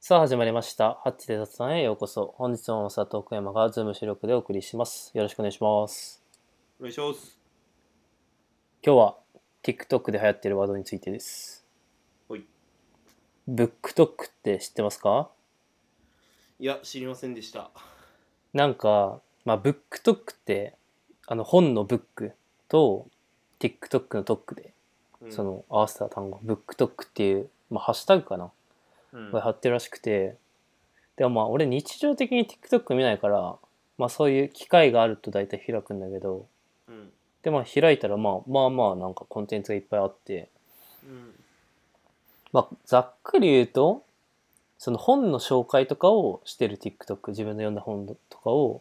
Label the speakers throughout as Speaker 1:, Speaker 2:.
Speaker 1: さあ始まりました。ハッチで雑談へようこそ。本日も佐藤久山がズーム収録でお送りします。よろしくお願いします。
Speaker 2: お願いします。
Speaker 1: 今日は TikTok で流行っているワードについてです。
Speaker 2: はい。
Speaker 1: ブックトックって知ってますか
Speaker 2: いや、知りませんでした。
Speaker 1: なんか、まあ、ブックトックって、あの本のブックと TikTok のトックで、
Speaker 2: うん
Speaker 1: そ、の合わせた単語、ブックトックっていう、まあ、ハッシュタグかな。
Speaker 2: うん
Speaker 1: が貼ってるらしくてでもまあ俺日常的に TikTok 見ないから、まあ、そういう機会があると大体開くんだけど
Speaker 2: うん
Speaker 1: でまあ開いたらまあまあまあなんかコンテンツがいっぱいあって、
Speaker 2: うん
Speaker 1: まあ、ざっくり言うとその本の紹介とかをしてる TikTok 自分の読んだ本とかを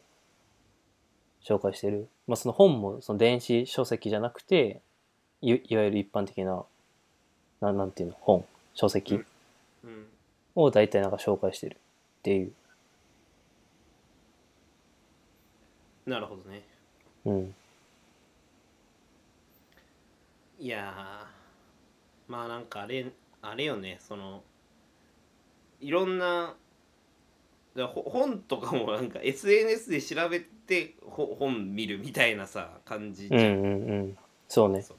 Speaker 1: 紹介してる、まあ、その本もその電子書籍じゃなくていいわゆる一般的なななんていうの本書籍、
Speaker 2: うんうん
Speaker 1: を大体なんか紹介してるっていう、
Speaker 2: なるほどね。
Speaker 1: うん、
Speaker 2: いやー、まあなんかあれ、あれよね、その、いろんな、だほ本とかもなんか SNS で調べてほ本見るみたいなさ、感じじ
Speaker 1: う
Speaker 2: ゃ
Speaker 1: んう
Speaker 2: ん。
Speaker 1: んうんそうね
Speaker 2: そ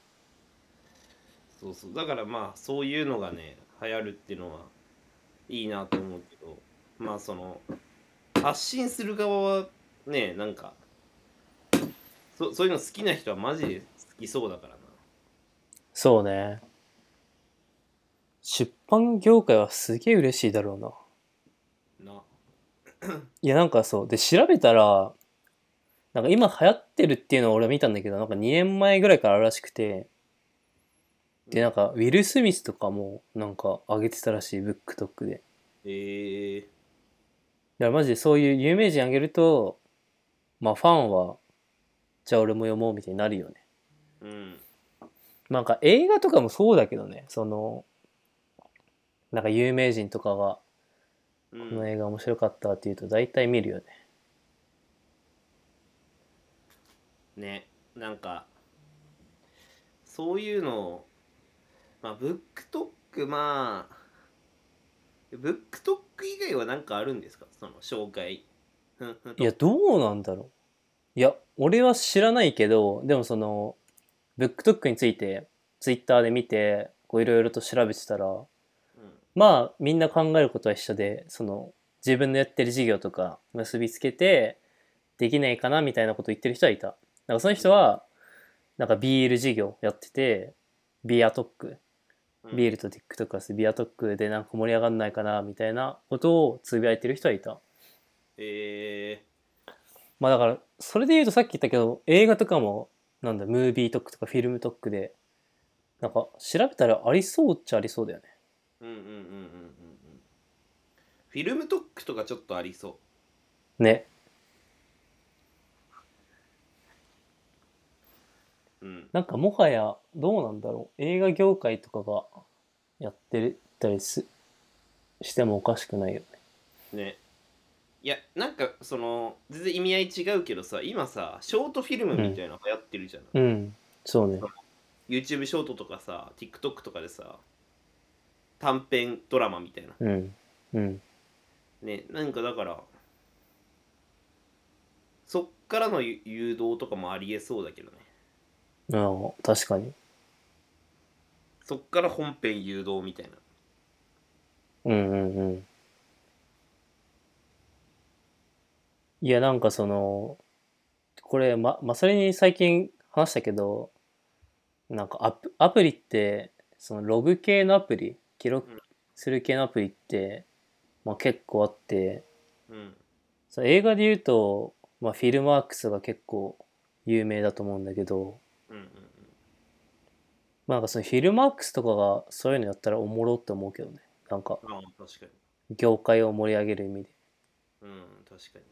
Speaker 2: うそう。だからまあ、そういうのがね、流行るっていうのは、いいなと思うけど、まあその、発信する側はね、なんか、そそういうの好きな人はマジで好きそうだからな。
Speaker 1: そうね出版業界はすげえ嬉しいだろうな
Speaker 2: ない
Speaker 1: やなんかそうで調べたらなんか今流行ってるっていうのを俺は見たんだけどなんか2年前ぐらいからあるらしくてでなんかウィル・スミスとかもなんか上げてたらしいブックトックでだか
Speaker 2: ええ
Speaker 1: らマジでそういう有名人上げるとまあファンはじゃあ俺も読もうみたいになるよね
Speaker 2: うん
Speaker 1: なんか映画とかもそうだけどねそのなんか有名人とかが
Speaker 2: う
Speaker 1: この
Speaker 2: ん。
Speaker 1: 映画面白かったっていうと大体見るよね
Speaker 2: ね、なんか、そういうのを、まあ、ブックトック、まあ、ブックトック以外は何かあるんですかその紹介。うんうん
Speaker 1: いやどうなんだろういや俺は知らないけどでもそのブックトックについてツイッターで見てこういろいろと調べてたら
Speaker 2: うん
Speaker 1: まあみんな考えることは一緒でその自分のやってる事業とか結びつけてできないかなみたいなことを言ってる人はいたなんかその人はなんか BL 事業やっててビアトック
Speaker 2: うん
Speaker 1: ビールと TikTok はビアトックでなんか盛り上がんないかなみたいなことをつぶやいてる人はいた
Speaker 2: え
Speaker 1: まあだからそれで言うとさっき言ったけど映画とかもなんだムービートックとかフィルムトックでなんか調べたらありそうっちゃありそうだよね
Speaker 2: ー、うんうんうんうんうんうん。フィルムトックとかちょっとありそ
Speaker 1: ね
Speaker 2: う。うん。
Speaker 1: なんかもはやどうなんだろう映画業界とかがやってたりすしてもおかしくないよね
Speaker 2: ね。いや、なんか、その、全然意味合い違うけどさ、今さ、ショートフィルムみたいなの流行ってるじゃない、
Speaker 1: うんそうね
Speaker 2: YouTube ショートとかさ TikTok とかでさ短編ドラマみたいな
Speaker 1: うんうん
Speaker 2: ねなんかだからそっからのゆ誘導とかもありえそうだけどね
Speaker 1: ああ確かに
Speaker 2: そっから本編誘導みたいな
Speaker 1: うんうんうん。いや、なんかその、これ、ま、まさりに最近話したけど、なんかアプアプリって、そのログ系のアプリ、記録
Speaker 2: うん
Speaker 1: する系のアプリって、まあ結構あって、
Speaker 2: うん
Speaker 1: その映画で言うと、まあフィルマークスが結構有名だと思うんだけど、
Speaker 2: うんうん
Speaker 1: まあなんかそのフィルマークスとかがそういうのやったらおもろって思うけどね。なんか
Speaker 2: うんああ確かに
Speaker 1: 業界を盛り上げる意味で。
Speaker 2: うん確かに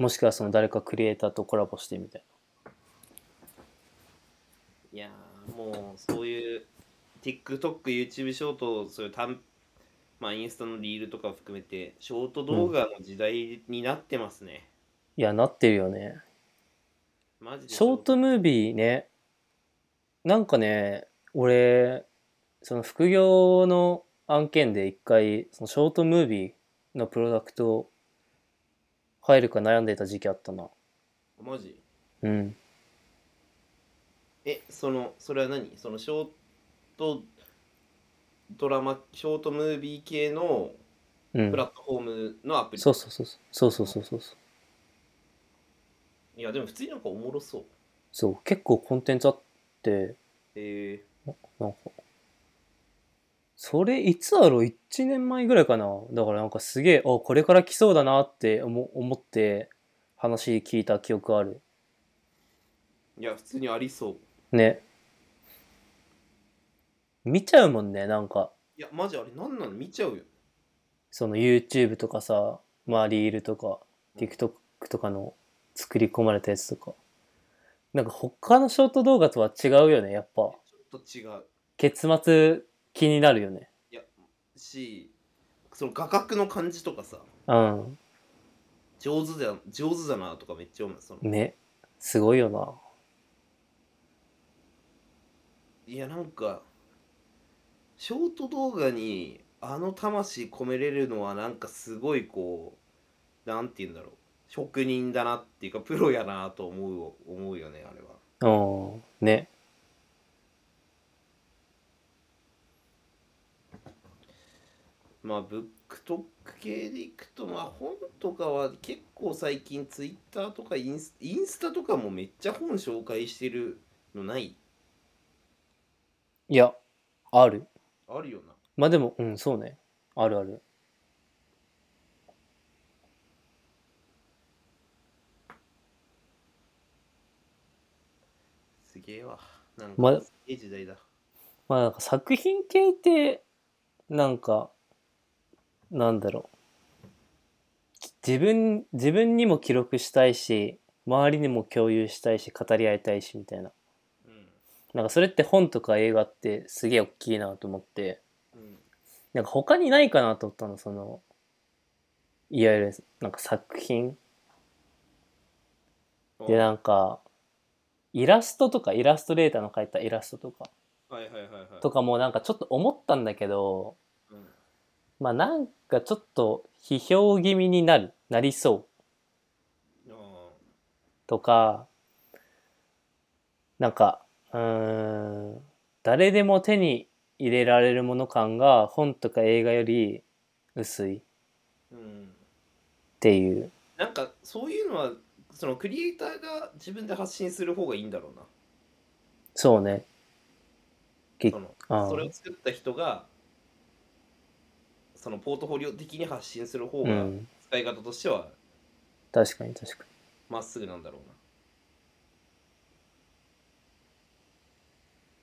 Speaker 1: もしくはその誰かクリエイターとコラボしてみたい
Speaker 2: いやーもうそういう TikTokYouTube ショートそういう短まあインスタのリールとか含めてショート動画の時代になってますね、
Speaker 1: ないやなってるよね
Speaker 2: マジで
Speaker 1: ショートムービーねなんかね俺その副業の案件で一回そのショートムービーのプロダクト入るか悩んでた時期あったな
Speaker 2: マジ
Speaker 1: うん
Speaker 2: えそのそれは何そのショートドラマショートムービー系の
Speaker 1: うん
Speaker 2: プラットフォームのアプリ、
Speaker 1: そうそうそうそうそうそうそうそう
Speaker 2: いやでも普通になんかおもろそう
Speaker 1: そう結構コンテンツあって
Speaker 2: え
Speaker 1: なんかそれいつだろう1年前ぐらいかなだからなんかすげえあこれから来そうだなって思思って話聞いた記憶ある
Speaker 2: ー、いや普通にありそう
Speaker 1: ね見ちゃうもんねなんか
Speaker 2: いやマジあれなんなの見ちゃうよ
Speaker 1: その YouTube とかさまあリールとか TikTok とかの作り込まれたやつとかなんか他のショート動画とは違うよねやっぱ
Speaker 2: ちょっと違う
Speaker 1: 結末気になるよね
Speaker 2: しその画角の感じとかさ
Speaker 1: うん
Speaker 2: 上手だ上手だなとかめっちゃ思うその
Speaker 1: ねすごいよない
Speaker 2: やなんかショート動画にあの魂込めれるのはなんかすごいこうなんて言うんだろう職人だなっていうかプロやなと思う思うよねあれは
Speaker 1: うんね
Speaker 2: まあブックトック系でいくとまあ本とかは結構最近ツイッターとかインスインスタとかもめっちゃ本紹介してるのない
Speaker 1: いやある
Speaker 2: あるよな
Speaker 1: まあでもうんそうねあるある
Speaker 2: すげえわなん
Speaker 1: ま
Speaker 2: かすげえ時代だ、
Speaker 1: まあなんか作品系ってなんかなんだろう自分自分にも記録したいし周りにも共有したいし語り合いたいしみたいな
Speaker 2: うん
Speaker 1: なんかそれって本とか映画ってすげえ大きいなと思って
Speaker 2: うん
Speaker 1: なんか他にないかなと思ったのそのいわゆるなんか作品
Speaker 2: あ
Speaker 1: でなんかイラストとかイラストレーターの描いたイラストとか
Speaker 2: はいはいはいはい
Speaker 1: とかもなんかちょっと思ったんだけど
Speaker 2: うん
Speaker 1: まあなんかちょっと批評気味になるなりそう
Speaker 2: あ
Speaker 1: とかなんかうーん誰でも手に入れられるもの感が本とか映画より薄いっ
Speaker 2: ーうん
Speaker 1: ていう
Speaker 2: なんかそういうのはそのクリエイターが自分で発信する方がいいんだろうな
Speaker 1: そうねえ
Speaker 2: その
Speaker 1: あー
Speaker 2: それを作った人がそのポートフォリオ的に発信する方
Speaker 1: う
Speaker 2: が
Speaker 1: ん
Speaker 2: 使い方としては
Speaker 1: 確かに確か
Speaker 2: まっすぐなんだろ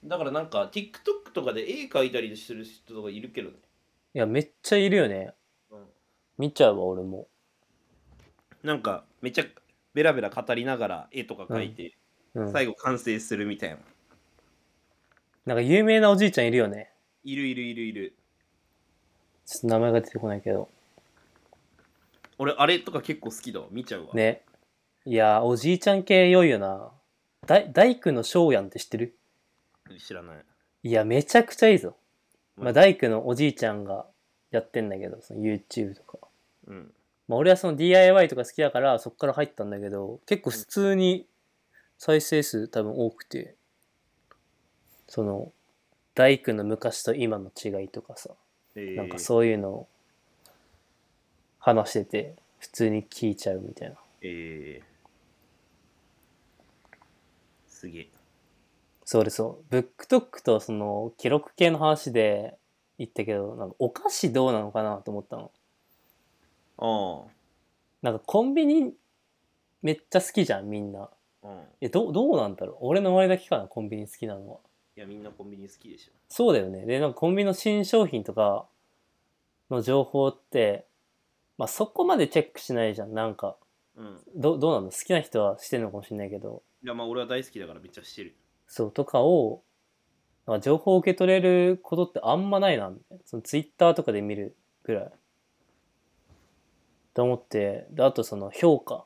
Speaker 2: うなだからなんか TikTok とかで絵描いたりする人とかいるけどね、
Speaker 1: にいやめっちゃいるよね
Speaker 2: うん、
Speaker 1: 見ちゃうわ俺も
Speaker 2: なんかめっちゃベラベラ語りながら絵とか描い
Speaker 1: う
Speaker 2: て、
Speaker 1: ん
Speaker 2: 最後完成するみたいな
Speaker 1: なんか有名なおじいちゃんいるよね
Speaker 2: いるいるいるいる
Speaker 1: ちょっと名前が出てこないけど
Speaker 2: 俺あれとか結構好きだわ見ちゃうわ
Speaker 1: ね。いやー、おじいちゃん系良いよな。大大工の翔やんって知ってる
Speaker 2: 知らない
Speaker 1: いや、めちゃくちゃいいぞ。ま
Speaker 2: う
Speaker 1: あ、
Speaker 2: ん
Speaker 1: 大工のおじいちゃんがやってんだけど、その YouTube とか。
Speaker 2: うん
Speaker 1: まあ、俺はその DIY とか好きだから、そっから入ったんだけど、結構普通に再生数多分多くて、その、大工の昔と今の違いとかさ、
Speaker 2: え
Speaker 1: なんかそういうのを話してて、普通に聞いちゃうみたいな。
Speaker 2: えー、すげえ
Speaker 1: そうですそうブックトックとその記録系の話で言ったけどなんかお菓子どうなのかなと思ったの
Speaker 2: あ
Speaker 1: なんかコンビニめっちゃ好きじゃんみんな
Speaker 2: あうん
Speaker 1: えどどうなんだろう俺の周りだけかなコンビニ好きなのはい
Speaker 2: やみんなコンビニ好きでしょ
Speaker 1: そうだよねでなんかコンビニの新商品とかの情報ってまあそこまでチェックしないじゃんなんか
Speaker 2: うん
Speaker 1: どどうなの好きな人はしてるのかもしれないけど
Speaker 2: いやまあ俺は大好きだからめっちゃしてる
Speaker 1: そうとかをなんか情報を受け取れることってあんまないなみたいなそのツイッターとかで見るぐらいと思ってであとその評価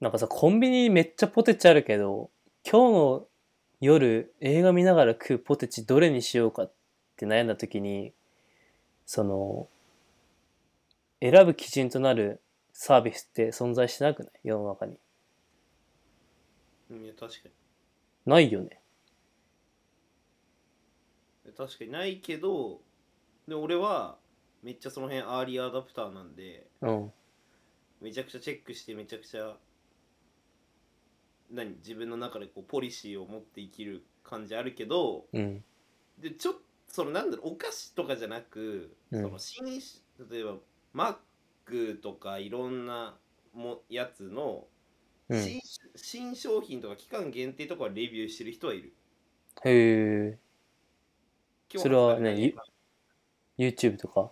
Speaker 1: なんかさコンビニめっちゃポテチあるけど今日の夜映画見ながら食うポテチどれにしようかって悩んだ時にその、選ぶ基準となるサービスって存在しなくない世の中に。
Speaker 2: うんいや確か
Speaker 1: ないよね。
Speaker 2: に確かにないけどで俺はめっちゃその辺アーリーアダプターなんで
Speaker 1: うん。
Speaker 2: めちゃくちゃチェックしてめちゃくちゃ何自分の中でこうポリシーを持って生きる感じあるけど
Speaker 1: うん。
Speaker 2: でちょっとそのなんだろうお菓子とかじゃなく、
Speaker 1: うん
Speaker 2: その新し例えばマックとかいろんなもやつの
Speaker 1: うん。
Speaker 2: 新,、新商品とか期間限定とかはレビューしてる人はいる。
Speaker 1: へえ。
Speaker 2: 今日
Speaker 1: それはね
Speaker 2: 発売された
Speaker 1: YouTube とか。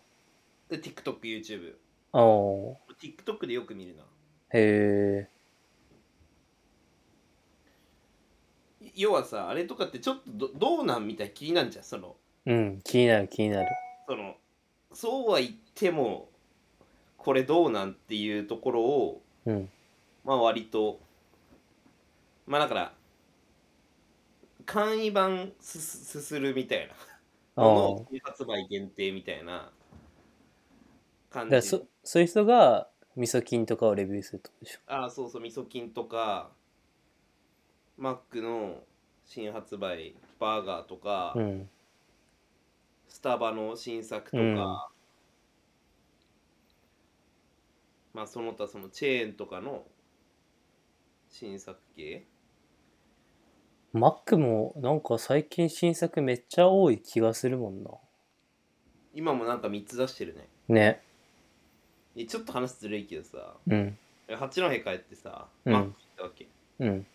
Speaker 2: で TikTok、YouTube。
Speaker 1: ああ。
Speaker 2: TikTok でよく見るな。
Speaker 1: へえ。
Speaker 2: い要はさ、あれとかってちょっとどどうなんみたいな気になるじゃん。その、
Speaker 1: うん。気になる気になる。
Speaker 2: その、そうは言っても、これどうなんっていうところを、
Speaker 1: うん。
Speaker 2: まあ割とまあだから簡易版すすすするみたいな
Speaker 1: あ
Speaker 2: の
Speaker 1: あ。
Speaker 2: の発売限定みたいな
Speaker 1: だ
Speaker 2: 感
Speaker 1: から
Speaker 2: じ
Speaker 1: そそういう人が味噌菌とかをレビューするってことでしょ
Speaker 2: ああそうそうみそ菌とかマックの新発売バーガーとか、
Speaker 1: うん
Speaker 2: スタバの新作とか、
Speaker 1: うん
Speaker 2: まあその他そのチェーンとかの新作系
Speaker 1: マックもなんか最近新作めっちゃ多い気がするもんな
Speaker 2: 今もなんか3つ出してるね
Speaker 1: ね
Speaker 2: えちょっと話ずるいけどさ
Speaker 1: うん
Speaker 2: 八戸帰ってさ、
Speaker 1: うん
Speaker 2: マック行ったわけ
Speaker 1: うん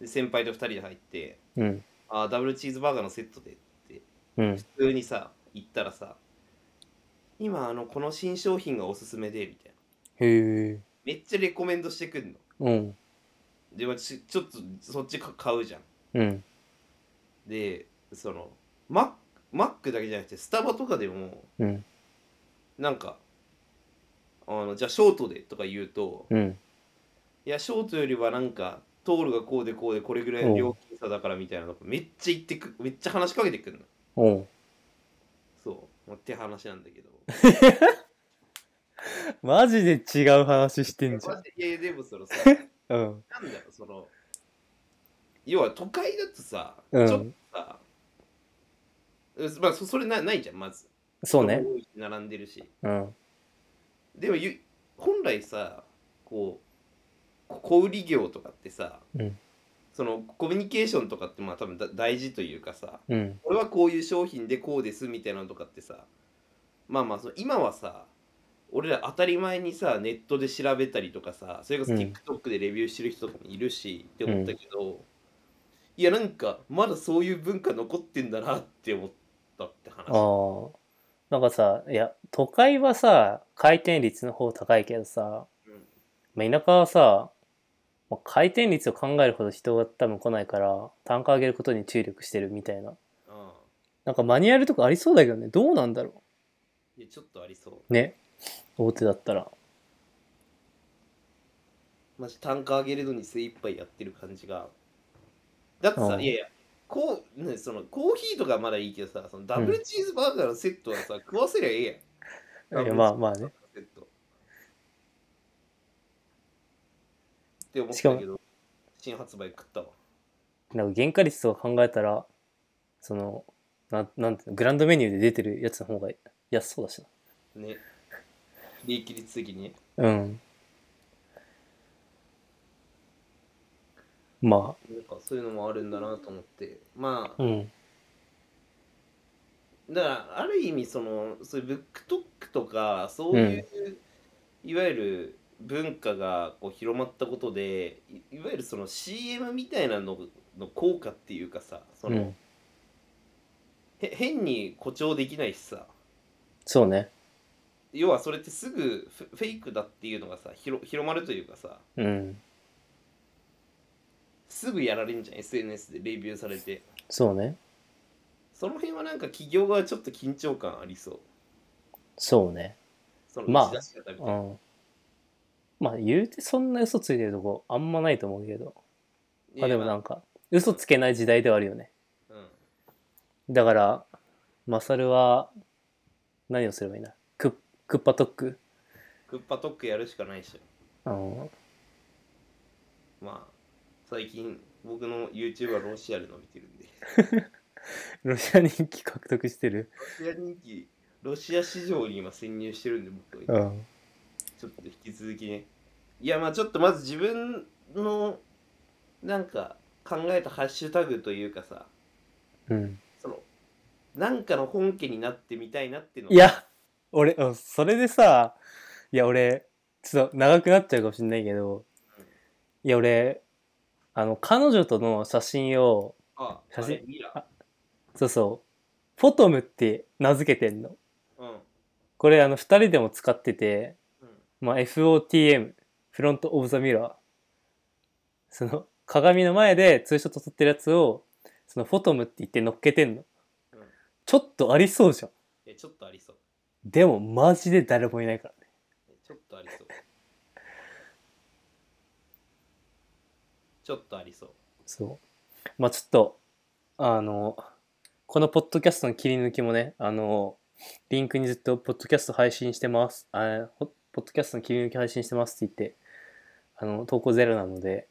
Speaker 2: で先輩と2人で入って
Speaker 1: うん
Speaker 2: あーダブルチーズバーガーのセットでって
Speaker 1: うん
Speaker 2: 普通にさ行ったらさ今あのこの新商品がおすすめでみたいな
Speaker 1: へえ
Speaker 2: めっちゃレコメンドしてくんの
Speaker 1: うん
Speaker 2: で私ちょっとそっちか買うじゃん
Speaker 1: うん
Speaker 2: でそのマックマックだけじゃなくてスタバとかでも
Speaker 1: うん
Speaker 2: なんかあのじゃあショートでとか言うと
Speaker 1: うん
Speaker 2: いやショートよりはなんかトールがこうでこうでこれぐらいの料金差だからみたいなとこめっちゃ言ってくめっちゃ話しかけてくんの
Speaker 1: おう
Speaker 2: そう、まあ、って話なんだけど
Speaker 1: マジで違う話して んじゃ
Speaker 2: マ
Speaker 1: ん
Speaker 2: ジでいやでもそ のさ
Speaker 1: うん
Speaker 2: なんだろうその要は都会だとさ、
Speaker 1: うん
Speaker 2: ちょっとさうまあそそれなないじゃんまず
Speaker 1: そうね
Speaker 2: 人も多いし並んでるし
Speaker 1: うん
Speaker 2: でもゆ本来さこうこ小売業とかってさ、
Speaker 1: うん
Speaker 2: そのコミュニケーションとかってまあ多分だ大事というかさ
Speaker 1: うん
Speaker 2: 俺はこういう商品でこうですみたいなのとかってさまあまあその今はさ俺ら当たり前にさネットで調べたりとかさそれこそ
Speaker 1: うん
Speaker 2: TikTok でレビューしてる人とかもいるし、って思ったけど、いやなんかまだそういう文化残ってんだなって思ったって話
Speaker 1: ああなんかさいや都会はさ回転率の方高いけどさ、
Speaker 2: うん
Speaker 1: まあ、田舎はさ、まあ、回転率を考えるほど人が多分来ないから単価上げることに注力してるみたいな
Speaker 2: ああ
Speaker 1: なんかマニュアルとかありそうだけどねどうなんだろ
Speaker 2: いやちょっとありそう
Speaker 1: うね大手だったら
Speaker 2: マジ単価上げるのに精一杯やってる感じがだってさ、
Speaker 1: うん
Speaker 2: いやいやこうねそのコーヒーとかまだいいけどさそのダブルチーズバーガーのセットはさ、食わせりゃええやんダ
Speaker 1: いや
Speaker 2: ブルチーズ
Speaker 1: まあまあね
Speaker 2: セットって思ったけど新発売食ったわ
Speaker 1: なんか原価率とか考えたらそのなんなんていうのグランドメニューで出てるやつの方が安そうだし
Speaker 2: ね利益率的に
Speaker 1: なうんま
Speaker 2: なんかそういうのもあるんだなと思ってま
Speaker 1: あうん
Speaker 2: あだからある意味そのそういうブックトックとかそういう、いわゆる文化がこう広まったことでいいわゆるその CM みたいなのの効果っていうかさその、
Speaker 1: うん
Speaker 2: へ変に誇張できないしさ
Speaker 1: そうね
Speaker 2: 要はそれってすぐフフェイクだっていうのがさ広広まるというかさ
Speaker 1: うん
Speaker 2: すぐやられんじゃん SNS でレビューされて
Speaker 1: そうね
Speaker 2: その辺はなんか企業側ちょっと緊張感ありそう
Speaker 1: そうね
Speaker 2: その
Speaker 1: まあ
Speaker 2: 打ち出し方みたいな、
Speaker 1: うんまあ言うてそんな嘘ついてるとこあんまないと思うけどまあでもなんか嘘つけない時代ではあるよね
Speaker 2: うん
Speaker 1: だから、マサルは、何をすればいいんだクックッパトック
Speaker 2: クッパトックやるしかないっし
Speaker 1: あの
Speaker 2: ょまあ最近僕の YouTube はロシアで伸びてるんで
Speaker 1: ロシア人気獲得してる
Speaker 2: ロシア人気ロシア市場に今潜入してるんで僕は今
Speaker 1: うん
Speaker 2: ちょっと引き続きね。いや、まあちょっとまず自分の、なんか、考えたハッシュタグというかさ、
Speaker 1: うん
Speaker 2: その、なんかの本家になってみたいなっていうの
Speaker 1: いや俺うんそれでさいや俺ちょっと長くなっちゃうかもしんないけどいや俺あの彼女との写真を
Speaker 2: あ、
Speaker 1: 写真
Speaker 2: あれミラ。
Speaker 1: そうそうフォトムって名付けてんの
Speaker 2: うん。うん。
Speaker 1: これあの2人でも使っててまあ、FOTM フロント・オブ・ザ・ミラーその鏡の前でツーショット撮ってるやつをそのフォトムって言って乗っけてんの、
Speaker 2: うん
Speaker 1: ちょっとありそうじゃん
Speaker 2: え、ちょっとありそう。
Speaker 1: でもマジで誰もいないからね
Speaker 2: えちょっとありそう。ちょっとありそう。
Speaker 1: そうまあちょっとあのこのポッドキャストの切り抜きもねあのリンクにずっとポッドキャスト配信してますあほポッドキャストの切り抜き配信してますって言ってあの投稿ゼロなので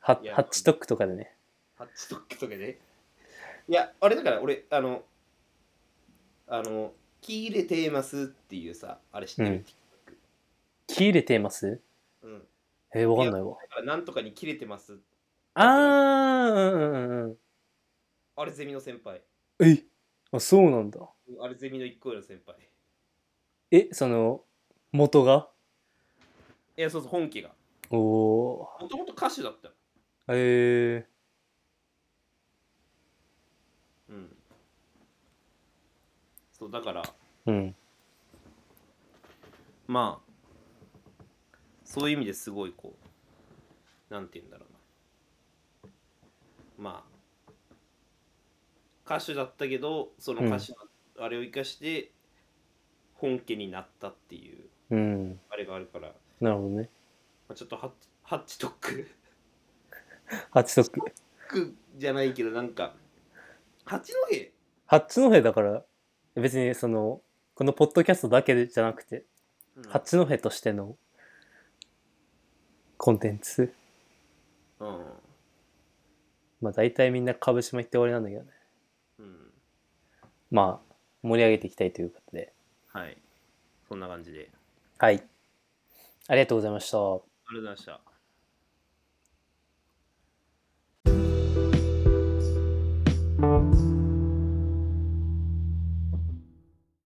Speaker 1: ハ
Speaker 2: いや
Speaker 1: ハッチトックとかでね
Speaker 2: ハッチドックとかね。いや、あれだから俺、あの、あの、気入れてますっていうさ、あれ知ってる、
Speaker 1: うん切れてます
Speaker 2: うん。
Speaker 1: えー、わかんないわ。
Speaker 2: だからなんとかに切れてます。
Speaker 1: あー、うんうんうん
Speaker 2: あれゼミの先輩。
Speaker 1: うん。えあ、そうなんだ。
Speaker 2: あれゼミの一個上の先輩。
Speaker 1: え、その、元が
Speaker 2: いや、そうそう、本家が。
Speaker 1: おお
Speaker 2: もともと歌手だったの。
Speaker 1: ー。え
Speaker 2: うん。そう、だから、
Speaker 1: ー、うん。
Speaker 2: まあ、そういう意味ですごいこう、なんて言うんだろうな。まあ、歌手だったけど、その歌手の、あれを生かして、本家になったっていう、
Speaker 1: うん。
Speaker 2: あれがあるから、ま
Speaker 1: なるほどね。
Speaker 2: あ、ちょっとハッチハッチトック。
Speaker 1: ハッチトック。
Speaker 2: くじゃないけどなんか八戸
Speaker 1: ハッチのヘだから、別にその、このポッドキャストだけじゃなくて、ハッチのヘとしてのコンテンツ。
Speaker 2: うん、
Speaker 1: まあ大体みんな株島行って終わりなんだけどね。
Speaker 2: うん、
Speaker 1: まあ、盛り上げていきたいということで。
Speaker 2: はいそんな感じで
Speaker 1: はい。ありがとうございました。
Speaker 2: ありがとうございました